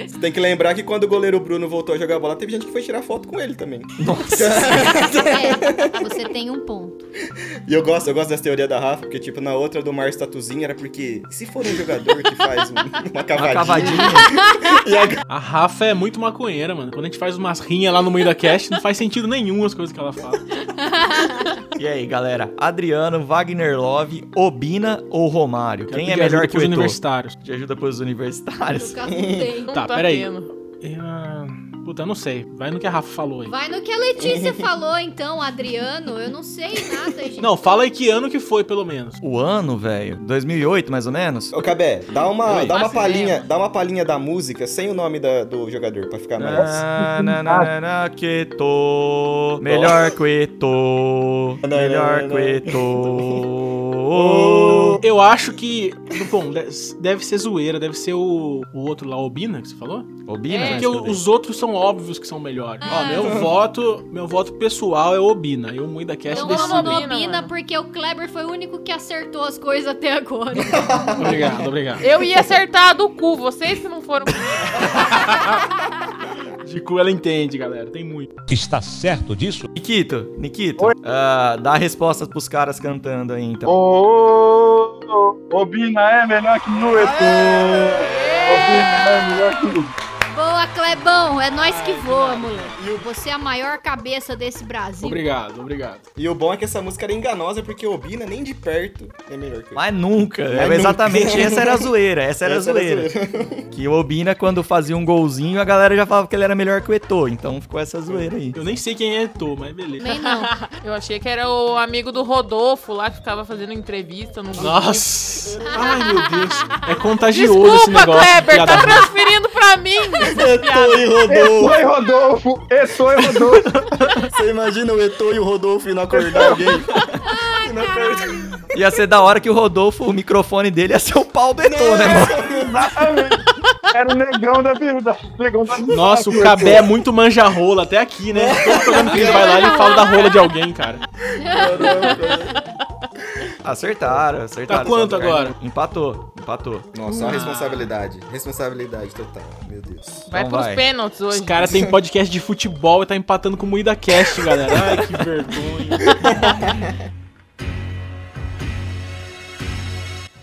Você tem que lembrar que quando o goleiro Bruno voltou a jogar bola, teve gente que foi tirar foto com ele também. Nossa. <laughs> É, tem um ponto. <laughs> E eu gosto, eu gosto dessa teoria da Rafa, porque, tipo, na outra do Mar Statuzinho era porque se for um jogador que faz um- uma cavadinha. a... Rafa é muito maconheira, mano. Quando a gente faz umas rinhas lá no meio da cast, não faz sentido nenhum as coisas que ela fala. E aí, galera? Adriano, Wagner Love, Obina ou Romário? Quero Quem é pedir melhor ajuda que o pros Eto'o? universitários. De ajuda pros universitários. Não tá, tá peraí. tendo. Eu, ah, Puta, eu não sei. Vai no que a Rafa falou aí. Vai no que a Letícia falou, então, Adriano. Eu não sei nada, gente. Não, fala aí que ano que foi, pelo menos. O ano, velho? 2008, mais ou menos? Ô, Cabé, dá uma, Oi. dá uma Faço palhinha, ideia. dá uma palhinha da música sem o nome da- do jogador pra ficar mais. <laughs> Na, na, na, na, na, que tô. Melhor que o Eto'o, Melhor que o <laughs> Eto'o. Eu acho que. Bom, de- deve ser zoeira, deve ser o, o outro lá, o Obina, que você falou? Obina? É, Porque o- os outros são óbvios que são melhores. Ó, meu voto, meu voto pessoal é Obina. Eu muito da cast Então vamos decido. no Bina, porque o Kleber foi o único que acertou as coisas até agora. Obrigado, obrigado. Eu ia acertar do cu, vocês que não foram. De cu ela entende, galera. Tem muito. Está certo disso? Nikito, Nikito, ah, dá respostas pros caras cantando aí, então. Ô, ô, ô, ô, Bina é melhor que o Eto. Ô, Bina é melhor que o Boa, Clebão. É nós que voa, moleque. Você é a maior cabeça desse Brasil. Obrigado, obrigado. E o bom é que essa música era enganosa porque o Bina nem de perto é melhor que o Mas nunca. Mas é, nunca. Exatamente, essa era a zoeira. Essa era a Essa era a zoeira. que o Obina, quando fazia um golzinho, a galera já falava que ele era melhor que o Eto'o. Então ficou essa zoeira aí. Eu nem sei quem é Tô, mas beleza. Nem não. <laughs> Eu achei que era o amigo do Rodolfo lá que ficava fazendo entrevista no grupo. Nossa! Ai, meu Deus. É contagioso esse Desculpa, negócio. Kleber, piada tá ruim. transferindo pra mim. Então Eto e Rodolfo. Eto e Rodolfo. Eto e Rodolfo. Você <laughs> imagina o Eto e o Rodolfo indo acordar alguém? Indo acordar- Ia ser da hora que o Rodolfo, o microfone dele ia ser o pau do Eto'o, né, mano? Exatamente. Era o negão da vida. Negão da vida. Nossa, o Cabé é muito manja rola até aqui, né? Todo programa que ele vai lá, ele fala da rola de alguém, cara. Acertaram, acertaram. Tá quanto Só que- agora? Empatou, empatou. Nossa, é uma responsabilidade. Responsabilidade total. Meu Deus. Vai Então pros vai. pênaltis Os hoje. caras têm podcast de futebol e tá empatando com o Moída Cast, galera. Ai, que vergonha.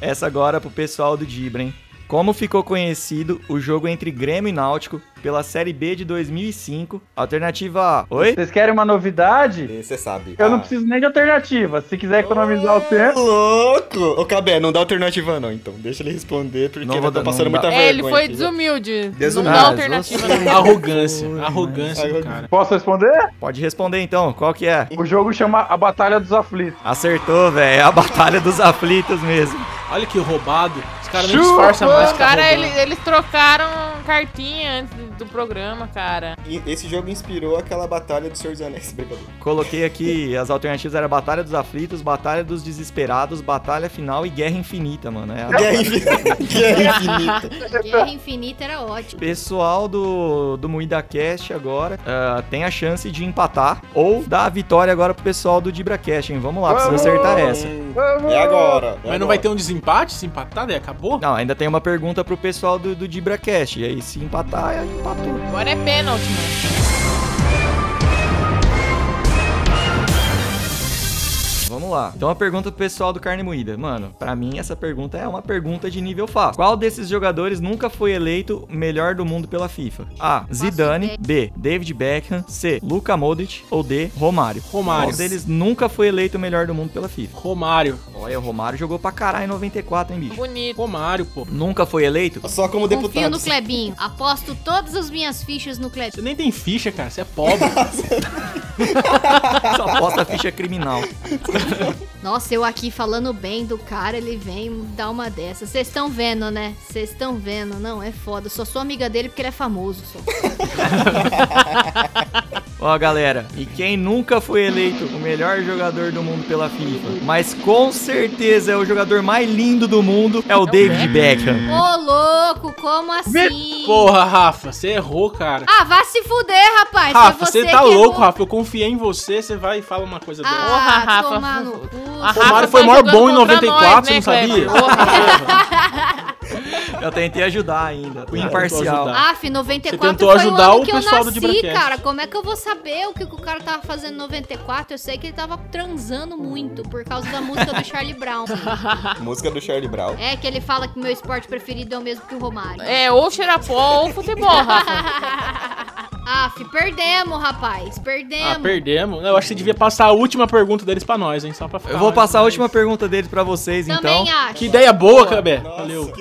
Essa agora é pro pessoal do Dibra, hein? Como ficou conhecido o jogo entre Grêmio e Náutico pela Série B de 2005? Alternativa A. Oi? Vocês querem uma novidade? Você sabe. Eu não Ah. preciso nem de alternativa. Se quiser economizar o tempo. É Louco! Ô, Cabé, não dá alternativa não, então. Deixa ele responder, porque Não ele vou tá dar- passando não dá. muita vergonha. É, ele foi aqui. desumilde. Desumilde. Não dá Ah, alternativa. você- Arrogância, arrogância do cara. Posso responder? Pode responder então, qual que é? O jogo chama A Batalha dos Aflitos. Acertou, velho. É a batalha dos aflitos mesmo. Olha que roubado. Os caras nem Chupa! disfarçam mais. Os que tá caras, roubando. eles, eles trocaram cartinha antes do programa, cara. E Esse jogo inspirou aquela batalha do Senhor dos Anéis, brincadeira. Coloquei aqui as alternativas era Batalha dos Aflitos, Batalha dos Desesperados, Batalha Final e Guerra Infinita, mano. É a- Guerra infinita. Guerra infinita. Guerra Infinita era ótimo. Pessoal do, do MuidaCast agora ah, tem a chance de empatar ou dar a vitória agora pro pessoal do DibraCast, hein? Vamos lá, precisa Vamos! acertar essa. Vamos! É agora. é Mas não agora. vai ter um desempate se empatar? Daí acabou? Não, ainda tem uma pergunta pro pessoal do, do DibraCast. E aí, se empatar, aí empatou. Agora é pênalti, mano. Vamos lá. Então, a pergunta pro pessoal do Carne Moída. Mano, pra mim, essa pergunta é uma pergunta de nível fácil. Qual desses jogadores nunca foi eleito melhor do mundo pela FIFA? A. Zidane. B. David Beckham. C. Luka Modric. Ou D. Romário. Romário. Qual deles nunca foi eleito melhor do mundo pela FIFA? Romário. Olha, o Romário jogou pra caralho em 94, hein, bicho? Bonito. Romário, pô. Nunca foi eleito? Só como Confio deputado. no Clebinho. Aposto todas as minhas fichas no Você Clebinho. nem tem ficha, cara. Você é <laughs> pobre. Só aposta a ficha criminal. Nossa, eu aqui falando bem do cara, ele vem dar uma dessa. Vocês estão vendo, né? Vocês estão vendo. Não, é foda. Eu Só sou amiga dele porque ele é famoso. Só. Ó, galera, e quem nunca foi eleito o melhor jogador do mundo pela FIFA, mas com certeza é o jogador mais lindo do mundo, é o David Beckham. Ô, louco, como assim? Porra, Rafa. Você errou, cara. Ah, vá se fuder, rapaz. Ah, Foi Rafa, você tá que errou. louco, Rafa. Eu confiei em você. Você vai e fala uma coisa dessa. Ah, Porra, Rafa. tomar no cu. A Romário Rafa foi tá maior jogando bom em contra 94, nós, você não Kleber? sabia? Porra. Eu tentei ajudar ainda. O imparcial. AF, 94 Você tentou foi ajudar o ano o que eu pessoal do nasci, Dibracast. cara. Como é que eu vou saber o que que o cara tava fazendo em 94? Eu sei que ele tava transando muito por causa da música do Charlie Brown. Música do Charlie Brown. É que ele fala que meu esporte preferido é o mesmo que o Romário. É, ou xerapó ou futebol, Rafa. Af, perdemos, rapaz. Perdemos. Ah, perdemos. Não, Eu acho que você devia passar a última pergunta deles pra nós, hein? Só pra ficar. Eu vou passar a última pergunta dele pra vocês, então. Também acho. Que ideia boa, Cabé. Valeu.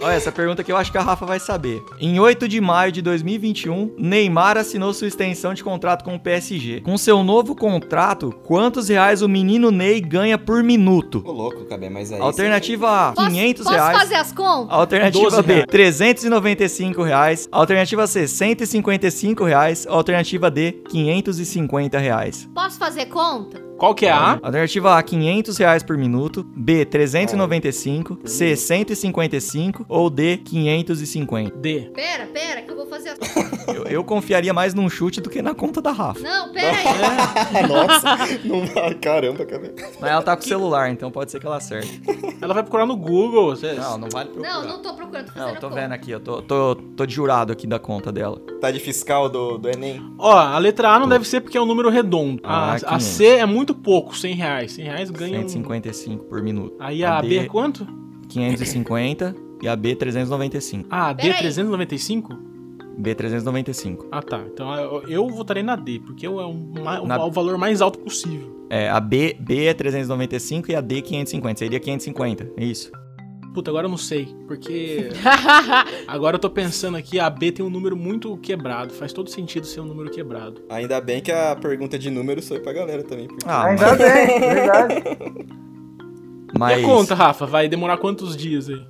Olha, essa pergunta que eu acho que a Rafa vai saber. Em 8 de maio de 2021, Neymar assinou sua extensão de contrato com o PSG. Com seu novo contrato, quantos reais o menino Ney ganha por minuto? Ô, louco, Cabé, mas é aí... Alternativa A, Posso, 500 posso reais. fazer as contas? Alternativa 12 B, reais. 395 reais. Alternativa C, 155 reais. Alternativa D, 550 reais. Posso fazer conta? Qual que é a A? Alternativa A, 500 reais por minuto. B, 395. C, 155. Ou D, 550. D. Pera, pera, que eu vou fazer as contas. Eu, eu confiaria mais num chute do que na conta da Rafa. Não, pera aí. É Nossa, <laughs> não... ah, caramba, Cabé. Mas ela tá com o celular, então pode ser que ela acerte. Ela vai procurar no Google. Você... Não, não vale procurar. Não, não tô procurando, Não, tô fazendo eu a tô conta. vendo aqui, eu tô, tô, tô de jurado aqui da conta dela. Tá de fiscal do, do Enem? Ó, a letra A não deve ser porque é um número redondo. A, Ah, a 500. C é muito pouco, 100 reais. 100 reais ganha. um- 155 por minuto. Aí a B é quanto? 550 e a B 395. Ah, a D Peraí. 395? B 395. Ah, tá. Então eu, eu votarei na D, porque eu- é um ma- o, Na- o valor mais alto possível. É, a B, B é 395 e a D 550. Seria 550, é isso. Puta, agora eu não sei, <laughs> porque agora eu tô pensando aqui, a B tem um número muito quebrado, faz todo sentido ser um número quebrado. Ainda bem que a pergunta de números foi pra galera também. Porque... Ah, Ainda bem, verdade. mas... E a conta, Rafa? Vai demorar quantos dias aí?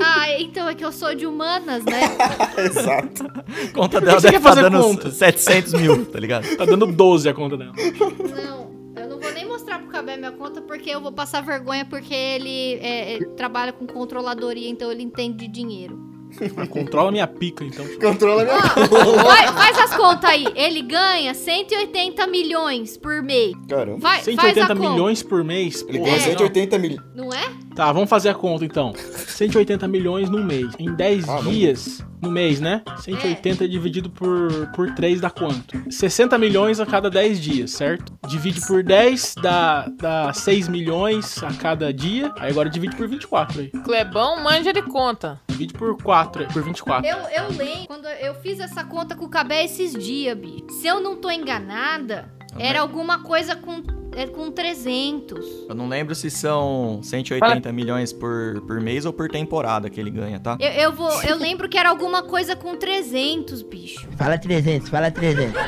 Ah, então é que eu sou de humanas, né? <laughs> Exato. A <laughs> conta dela Você deve quer estar fazer dando conta? 700 <laughs> mil, tá ligado? Tá dando 12 a conta dela. Não, eu não vou nem mostrar pro Cabé minha conta porque eu vou passar vergonha porque ele é, é, trabalha com controladoria, então ele entende de dinheiro. Ah, Controla minha pica, então. Controla <laughs> minha... Ah, Ó, vai- faz as contas aí. Ele ganha 180 milhões por mês. Caramba. Vai, faz a 180 conta. milhões por mês? Ele Porra, ganhou É. não. 180 mil. Não é? Tá, vamos fazer a conta então. 180 milhões no mês. Em 10 Ah, não. dias no mês, né? É. 180 dividido por, por 3 dá quanto? 60 milhões a cada 10 dias, certo? Divide por 10 dá, dá 6 milhões a cada dia. Aí agora divide por 24 aí. Clebão manja de conta. Divide por 4 aí, por 24. Eu, eu lembro quando eu fiz essa conta com o Cabé esses dias, bicho. Se eu não tô enganada, era alguma coisa com, é, com 300. Eu não lembro se são 180 milhões por, por mês ou por temporada que ele ganha, tá? Eu, eu, vou, eu lembro que era alguma coisa com 300, bicho. Fala 300, fala 300.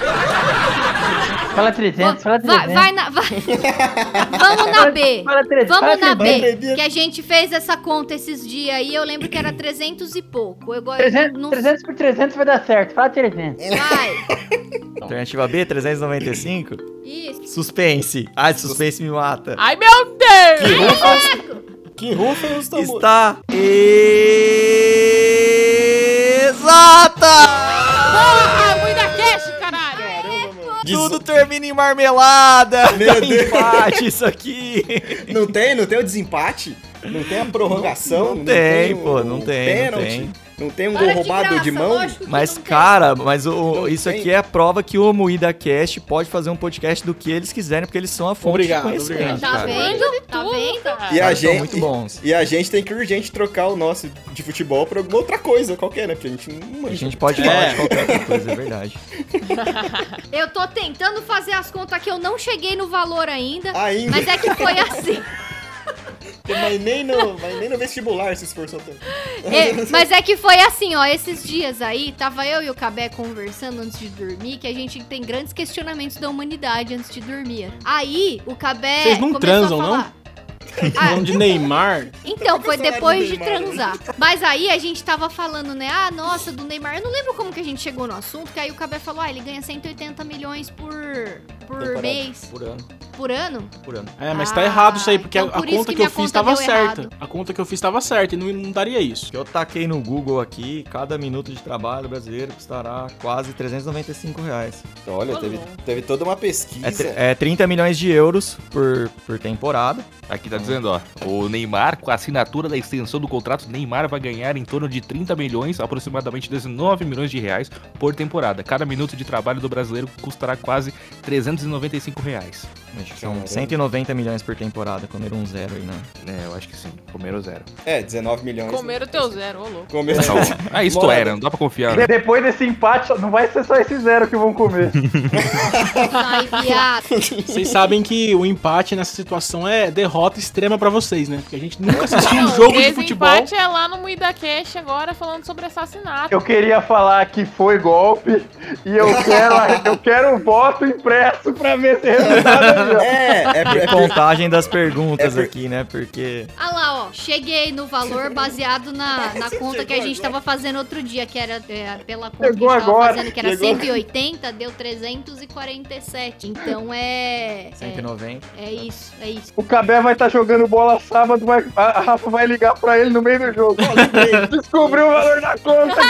Fala 300, É, fala 300. Vai, vai na. vai. <laughs> Vamos na B. Fala 300. Vamos na vai, B. Bebinha. Que a gente fez essa conta esses dias aí. Eu lembro que era 300 e pouco. Eu, go- 300, não- 300 por 300 vai dar certo. Fala 300. Vai. Então. Alternativa B, <coughs> 395. Isso. Suspense. Ai, suspense me mata. Ai, meu Deus! Que rufem os tambores. Está exata! Porra, Ah, muita cash, caralho! Tudo termina em marmelada! Meu Dá Deus. empate isso aqui! Não tem, não tem o desempate? Não tem a prorrogação? Não tem, o- pô, não tem, não tem. Não tem um Para gol roubado de, graça, mão? lógico que Mas, não tem. cara, mas o, Não isso tem. aqui é a prova que o Moída Cast pode fazer um podcast do que eles quiserem, porque eles são a fonte Obrigado, de conhecimento, obrigado. Tá cara. vendo? Tá vendo? E a Caras são gente, muito bons. E a gente tem que urgente trocar o nosso de futebol pra alguma outra coisa qualquer, né? Porque a gente não A manja. gente pode falar de qualquer outra coisa, é verdade. Eu tô tentando fazer as contas que eu não cheguei no valor ainda. Ainda. Mas é que <laughs> foi assim. Mas nem no, mas nem no vestibular se esforçou tanto. É, mas é que foi assim, ó, esses dias aí, tava eu e o Cabé conversando antes de dormir, que a gente tem grandes questionamentos da humanidade antes de dormir. Aí, o Cabé Vocês não começou transam, a falar. Ah, O nome de Neymar. Então, foi depois de Neymar, né? transar. Mas aí a gente tava falando, né? Ah, nossa, do Neymar. Eu não lembro como que a gente chegou no assunto, que aí o Cabé falou, ah, ele ganha 180 milhões por, por Temporada. mês. Por ano. Por ano? Por ano. É, mas tá errado isso aí, porque então a, a por isso conta que que, eu minha fiz conta tava deu certa. errado. A conta que eu fiz tava certa e não, não daria isso. Eu taquei no Google aqui, cada minuto de trabalho brasileiro custará quase 395 reais. Olha, teve, teve toda uma pesquisa. É, tr- é 30 milhões de euros por, por temporada. Aqui tá dizendo, ó, o Neymar, com a assinatura da extensão do contrato, Neymar vai ganhar em torno de 30 milhões, aproximadamente 19 milhões de reais por temporada. Cada minuto de trabalho do brasileiro custará quase 395 reais. Acho que São 190 milhões por temporada, comeram um zero aí, né? É, eu acho que sim. Comeram zero. É, 19 milhões. Comeram o teu zero, ô louco. Comer... É Ah, isto Moral. era, não dá pra confiar. É. De- Depois desse empate, não vai ser só esse zero que vão comer. Ai, viado. Vocês sabem que o empate nessa situação é derrota extrema pra vocês, né? Porque a gente nunca assistiu um jogo de Esse futebol. empate é lá no Muida Cash agora falando sobre assassinato. Eu queria falar que foi golpe e eu quero, eu quero um voto impresso pra ver esse resultado. aí, ó. <laughs> É, <laughs> é, E é, contagem das perguntas aqui, né? Porque Ah lá, ó. Cheguei no valor baseado na, na conta que a gente tava fazendo outro dia, que era é, pela conta Chegou que a gente tava agora, fazendo, que era chegou. 180, deu 347. Então é. é- 190. É, isso, é isso. <laughs> O Cabé vai estar jogando bola sábado, vai, a a Rafa vai ligar pra ele no meio do jogo. Descobriu o valor da conta.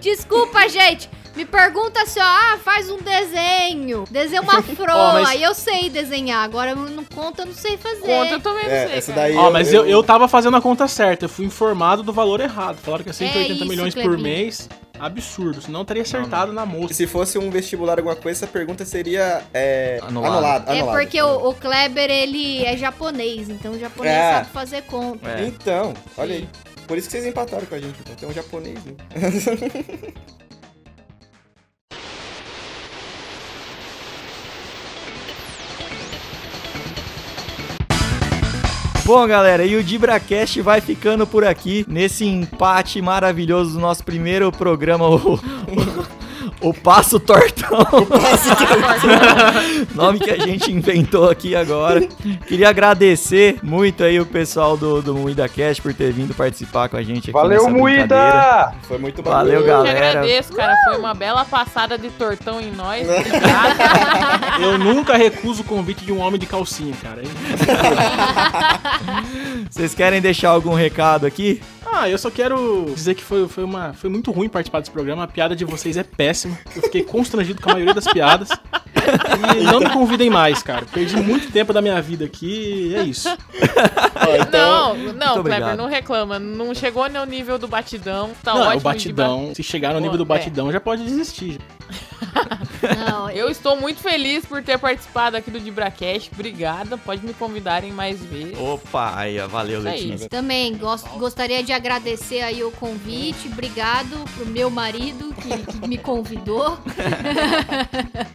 Desculpa, gente. Me pergunta assim, ó, ah, faz um desenho. Desenha uma Ó, frola. mas- E eu sei desenhar. Agora eu não conta, eu não sei fazer. Conta eu também não É, sei, essa cara. daí. Ó, mas eu, eu tava fazendo a conta certa, eu fui informado do valor errado. Falaram que é 180 isso, milhões por Clebinho. mês. Absurdo, senão eu teria acertado na moça. Se fosse um vestibular alguma coisa, essa pergunta seria é, Anulada. anulada. É anulada. porque o, o Kleber, ele é japonês, então o japonês É. sabe fazer conta. É. Então, olha aí. Por isso que vocês empataram com a gente, então. Tem um japonês, né? Bom, galera, e o DibraCast vai ficando por aqui nesse empate maravilhoso do nosso primeiro programa, o, o, o Passo Tortão. <laughs> Nome que a gente inventou aqui agora. Queria agradecer muito aí o pessoal do, do Moída Cast por ter vindo participar com a gente aqui. Valeu, nessa brincadeira. Moída! Foi muito Valeu, bacana. Eu te galera. agradeço, cara. Foi uma bela passada de tortão em nós. Obrigado. Eu nunca recuso o convite de um homem de calcinha, cara. Vocês querem deixar algum recado aqui? Ah, eu só quero dizer que foi, foi, uma, foi muito ruim participar desse programa. A piada de vocês é péssima. Eu fiquei constrangido com a maioria das piadas. E não me convidem mais, cara. Perdi muito tempo da minha vida aqui e é isso. Ó, <laughs> então, Não, não, Kleber, obrigado. não reclama. Não chegou no nível do batidão. Tá não, ótimo. o batidão. Se chegar no nível do Pô, é. batidão, já pode desistir. Não, Eu estou muito feliz por ter participado aqui do DibraCast. Obrigada. Pode me convidarem mais vezes. Opa, aí, ó, valeu, Isso aí. Letícia. Também gosto- gostaria de agradecer aí o convite. Obrigado pro meu marido que, que me convidou. <laughs>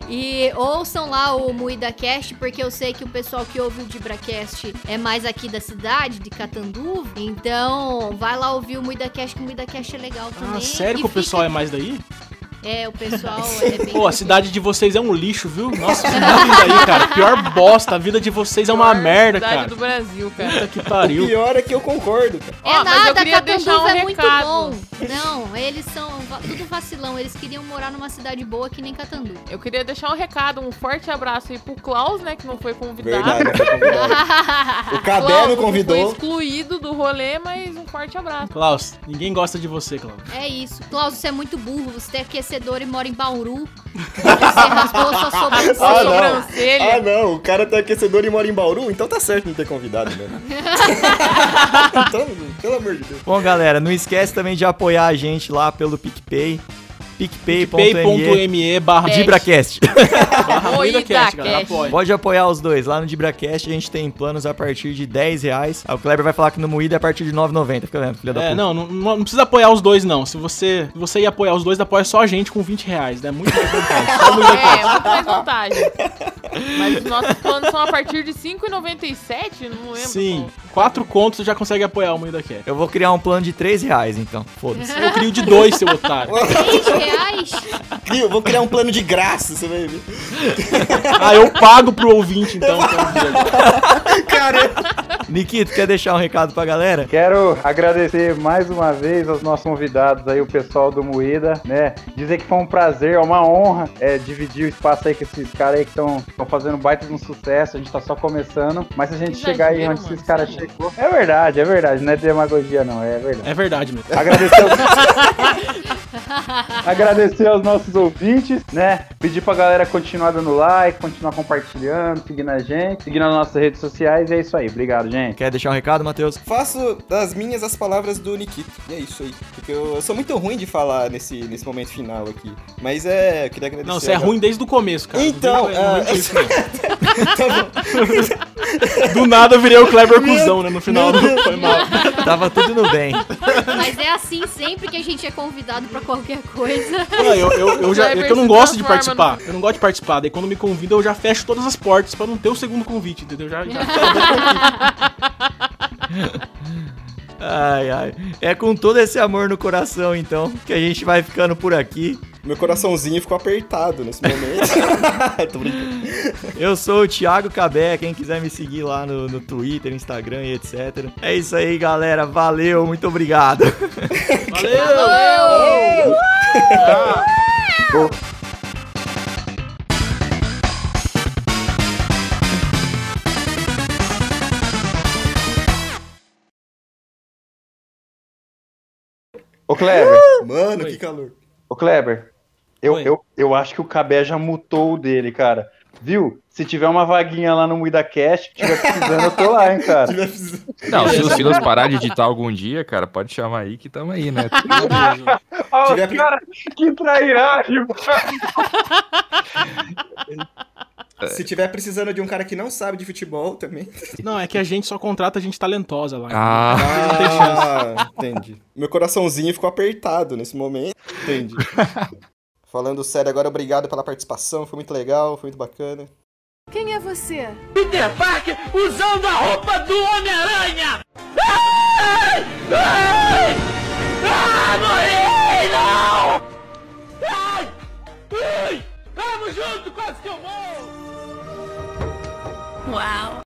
e ouçam lá o Moída Cast, porque eu sei que o pessoal que ouve o DibraCast é mais aqui da cidade, de Catanduva. Então, vai lá ouvir o Moída Cast, que o Moída Cast é legal também. Ah, sério que o pessoal é mais daí? é. É, o <laughs> pessoal é bem. Pô, a cidade de vocês é um lixo, viu? Nossa, não daí, cara. Pior bosta. A vida de vocês é uma Pior merda, cidade cara. do Brasil, cara. Puta que pariu. pior é que eu concordo, cara. É Ah, Ó, nada, mas eu queria deixar um Catanduva é recado. muito bom. Não, eles são va- tudo vacilão. Eles queriam morar numa cidade boa que nem Catanduva. Eu queria deixar um recado, um forte abraço aí pro Klaus, né, que não foi convidado. Verdade. <laughs> eu tô <laughs> convidado. O Klaus, Cabelo que Foi convidou. excluído do rolê, mas um forte abraço. Klaus, ninguém gosta de você, Klaus. É isso. Klaus, você é muito burro. Você tem aquecedor e mora em Bauru. Você raspou a sua Sua Ah, não. sobrancelha. sobrancelha. Ah, não. O cara tem aquecedor e mora em Bauru, então tá certo não ter convidado, né? então, pelo amor de Deus. Bom, galera, não esquece também de apoiar a gente lá pelo PicPay. PicPay.me pay.me barra É. DibraCast. tá barra Moída Cast, galera. Cast. Apoia. Pode apoiar os dois. Lá no DibraCast a gente tem planos a partir de 10 reais. Ah, O Kleber vai falar que no Moída é a partir de 9,90. Fica vendo, filha da É, puta. não, não, não precisa apoiar os dois, não. Se você, se você ia apoiar os dois, apoia só a gente com 20 reais, né? Muito mais vantagem. <laughs> Só muito mais É, muito mais vantagem. Mas os nossos planos são a partir de 5,97? Não é lembro. Sim, quatro contos você já consegue apoiar o Moída Cast. Eu vou criar um plano de 3 reais, então. Foda-se. Eu crio de dois, <laughs> seu otário. 3 reais? Crio, vou criar um plano de graça, você vai ver. Ah, eu pago pro ouvinte, então. Cara, <laughs> Nikito, quer deixar um recado pra galera? Quero agradecer mais uma vez aos nossos convidados aí, o pessoal do Moída, né? Dizer que foi um prazer, é uma honra é, dividir o espaço aí com esses caras aí que estão fazendo baita de um sucesso, a gente tá só começando. Mas se a gente Exagero, chegar aí onde mano, esses caras chegou. É verdade, é verdade, não é demagogia não, é verdade. É verdade, meu. Agradecer aos... Agradecer aos nossos ouvintes, né? Pedir pra galera continuar dando like, continuar compartilhando, seguindo a gente, seguindo as nossas redes sociais. É isso aí. Obrigado, gente. Quer deixar um recado, Matheus? Faço das minhas as palavras do Nikito. E é isso aí. Porque eu, eu sou muito ruim de falar nesse, nesse momento final aqui. Mas é, eu queria agradecer. Não, você é agora. ruim desde o começo, cara. Então, Não tem- não ah, tem isso, não. Do nada eu virei o Kleber Cusão, né? No final meu foi mal. Tava tudo no bem. Mas é assim sempre que a gente é convidado pra qualquer coisa. Não, eu, eu, eu já, é que eu não se gosto de transforma participar. Eu não gosto de participar. Daí quando me convidam, eu já fecho todas as portas pra não ter o segundo convite, entendeu? Já, já... Ai, ai. É com todo esse amor no coração, então, que a gente vai ficando por aqui. Meu coraçãozinho ficou apertado nesse <laughs> momento. Tô brincando. Eu sou o Thiago Cabé, quem quiser me seguir lá no, no Twitter, Instagram e etc. É isso aí, galera. Valeu, muito obrigado. Valeu! Ô, Kleber. Mano, que calor. Ô, Kleber. Eu, eu, eu acho que o Cabé já mutou o dele, cara. Viu? Se tiver uma vaguinha lá no MuidaCast, tiver precisando, eu tô lá, hein, cara. Não, se os filhos parar de editar algum dia, cara, pode chamar aí que tamo aí, né? <laughs> Ó, Tiver- cara, que trairagem, mano. Se tiver precisando de um cara que não sabe de futebol também. Não, é que a gente só contrata gente talentosa lá. Ah, Não tem chance. entendi. Meu coraçãozinho ficou apertado nesse momento. <laughs> Entendi. Falando sério agora, obrigado pela participação. Foi muito legal, foi muito bacana. Quem é você? Peter Parker usando a roupa do Homem-Aranha! Ai! Ai! Ah, morri! Não! Ai! Ai! Vamos junto, quase que eu morro! Uau!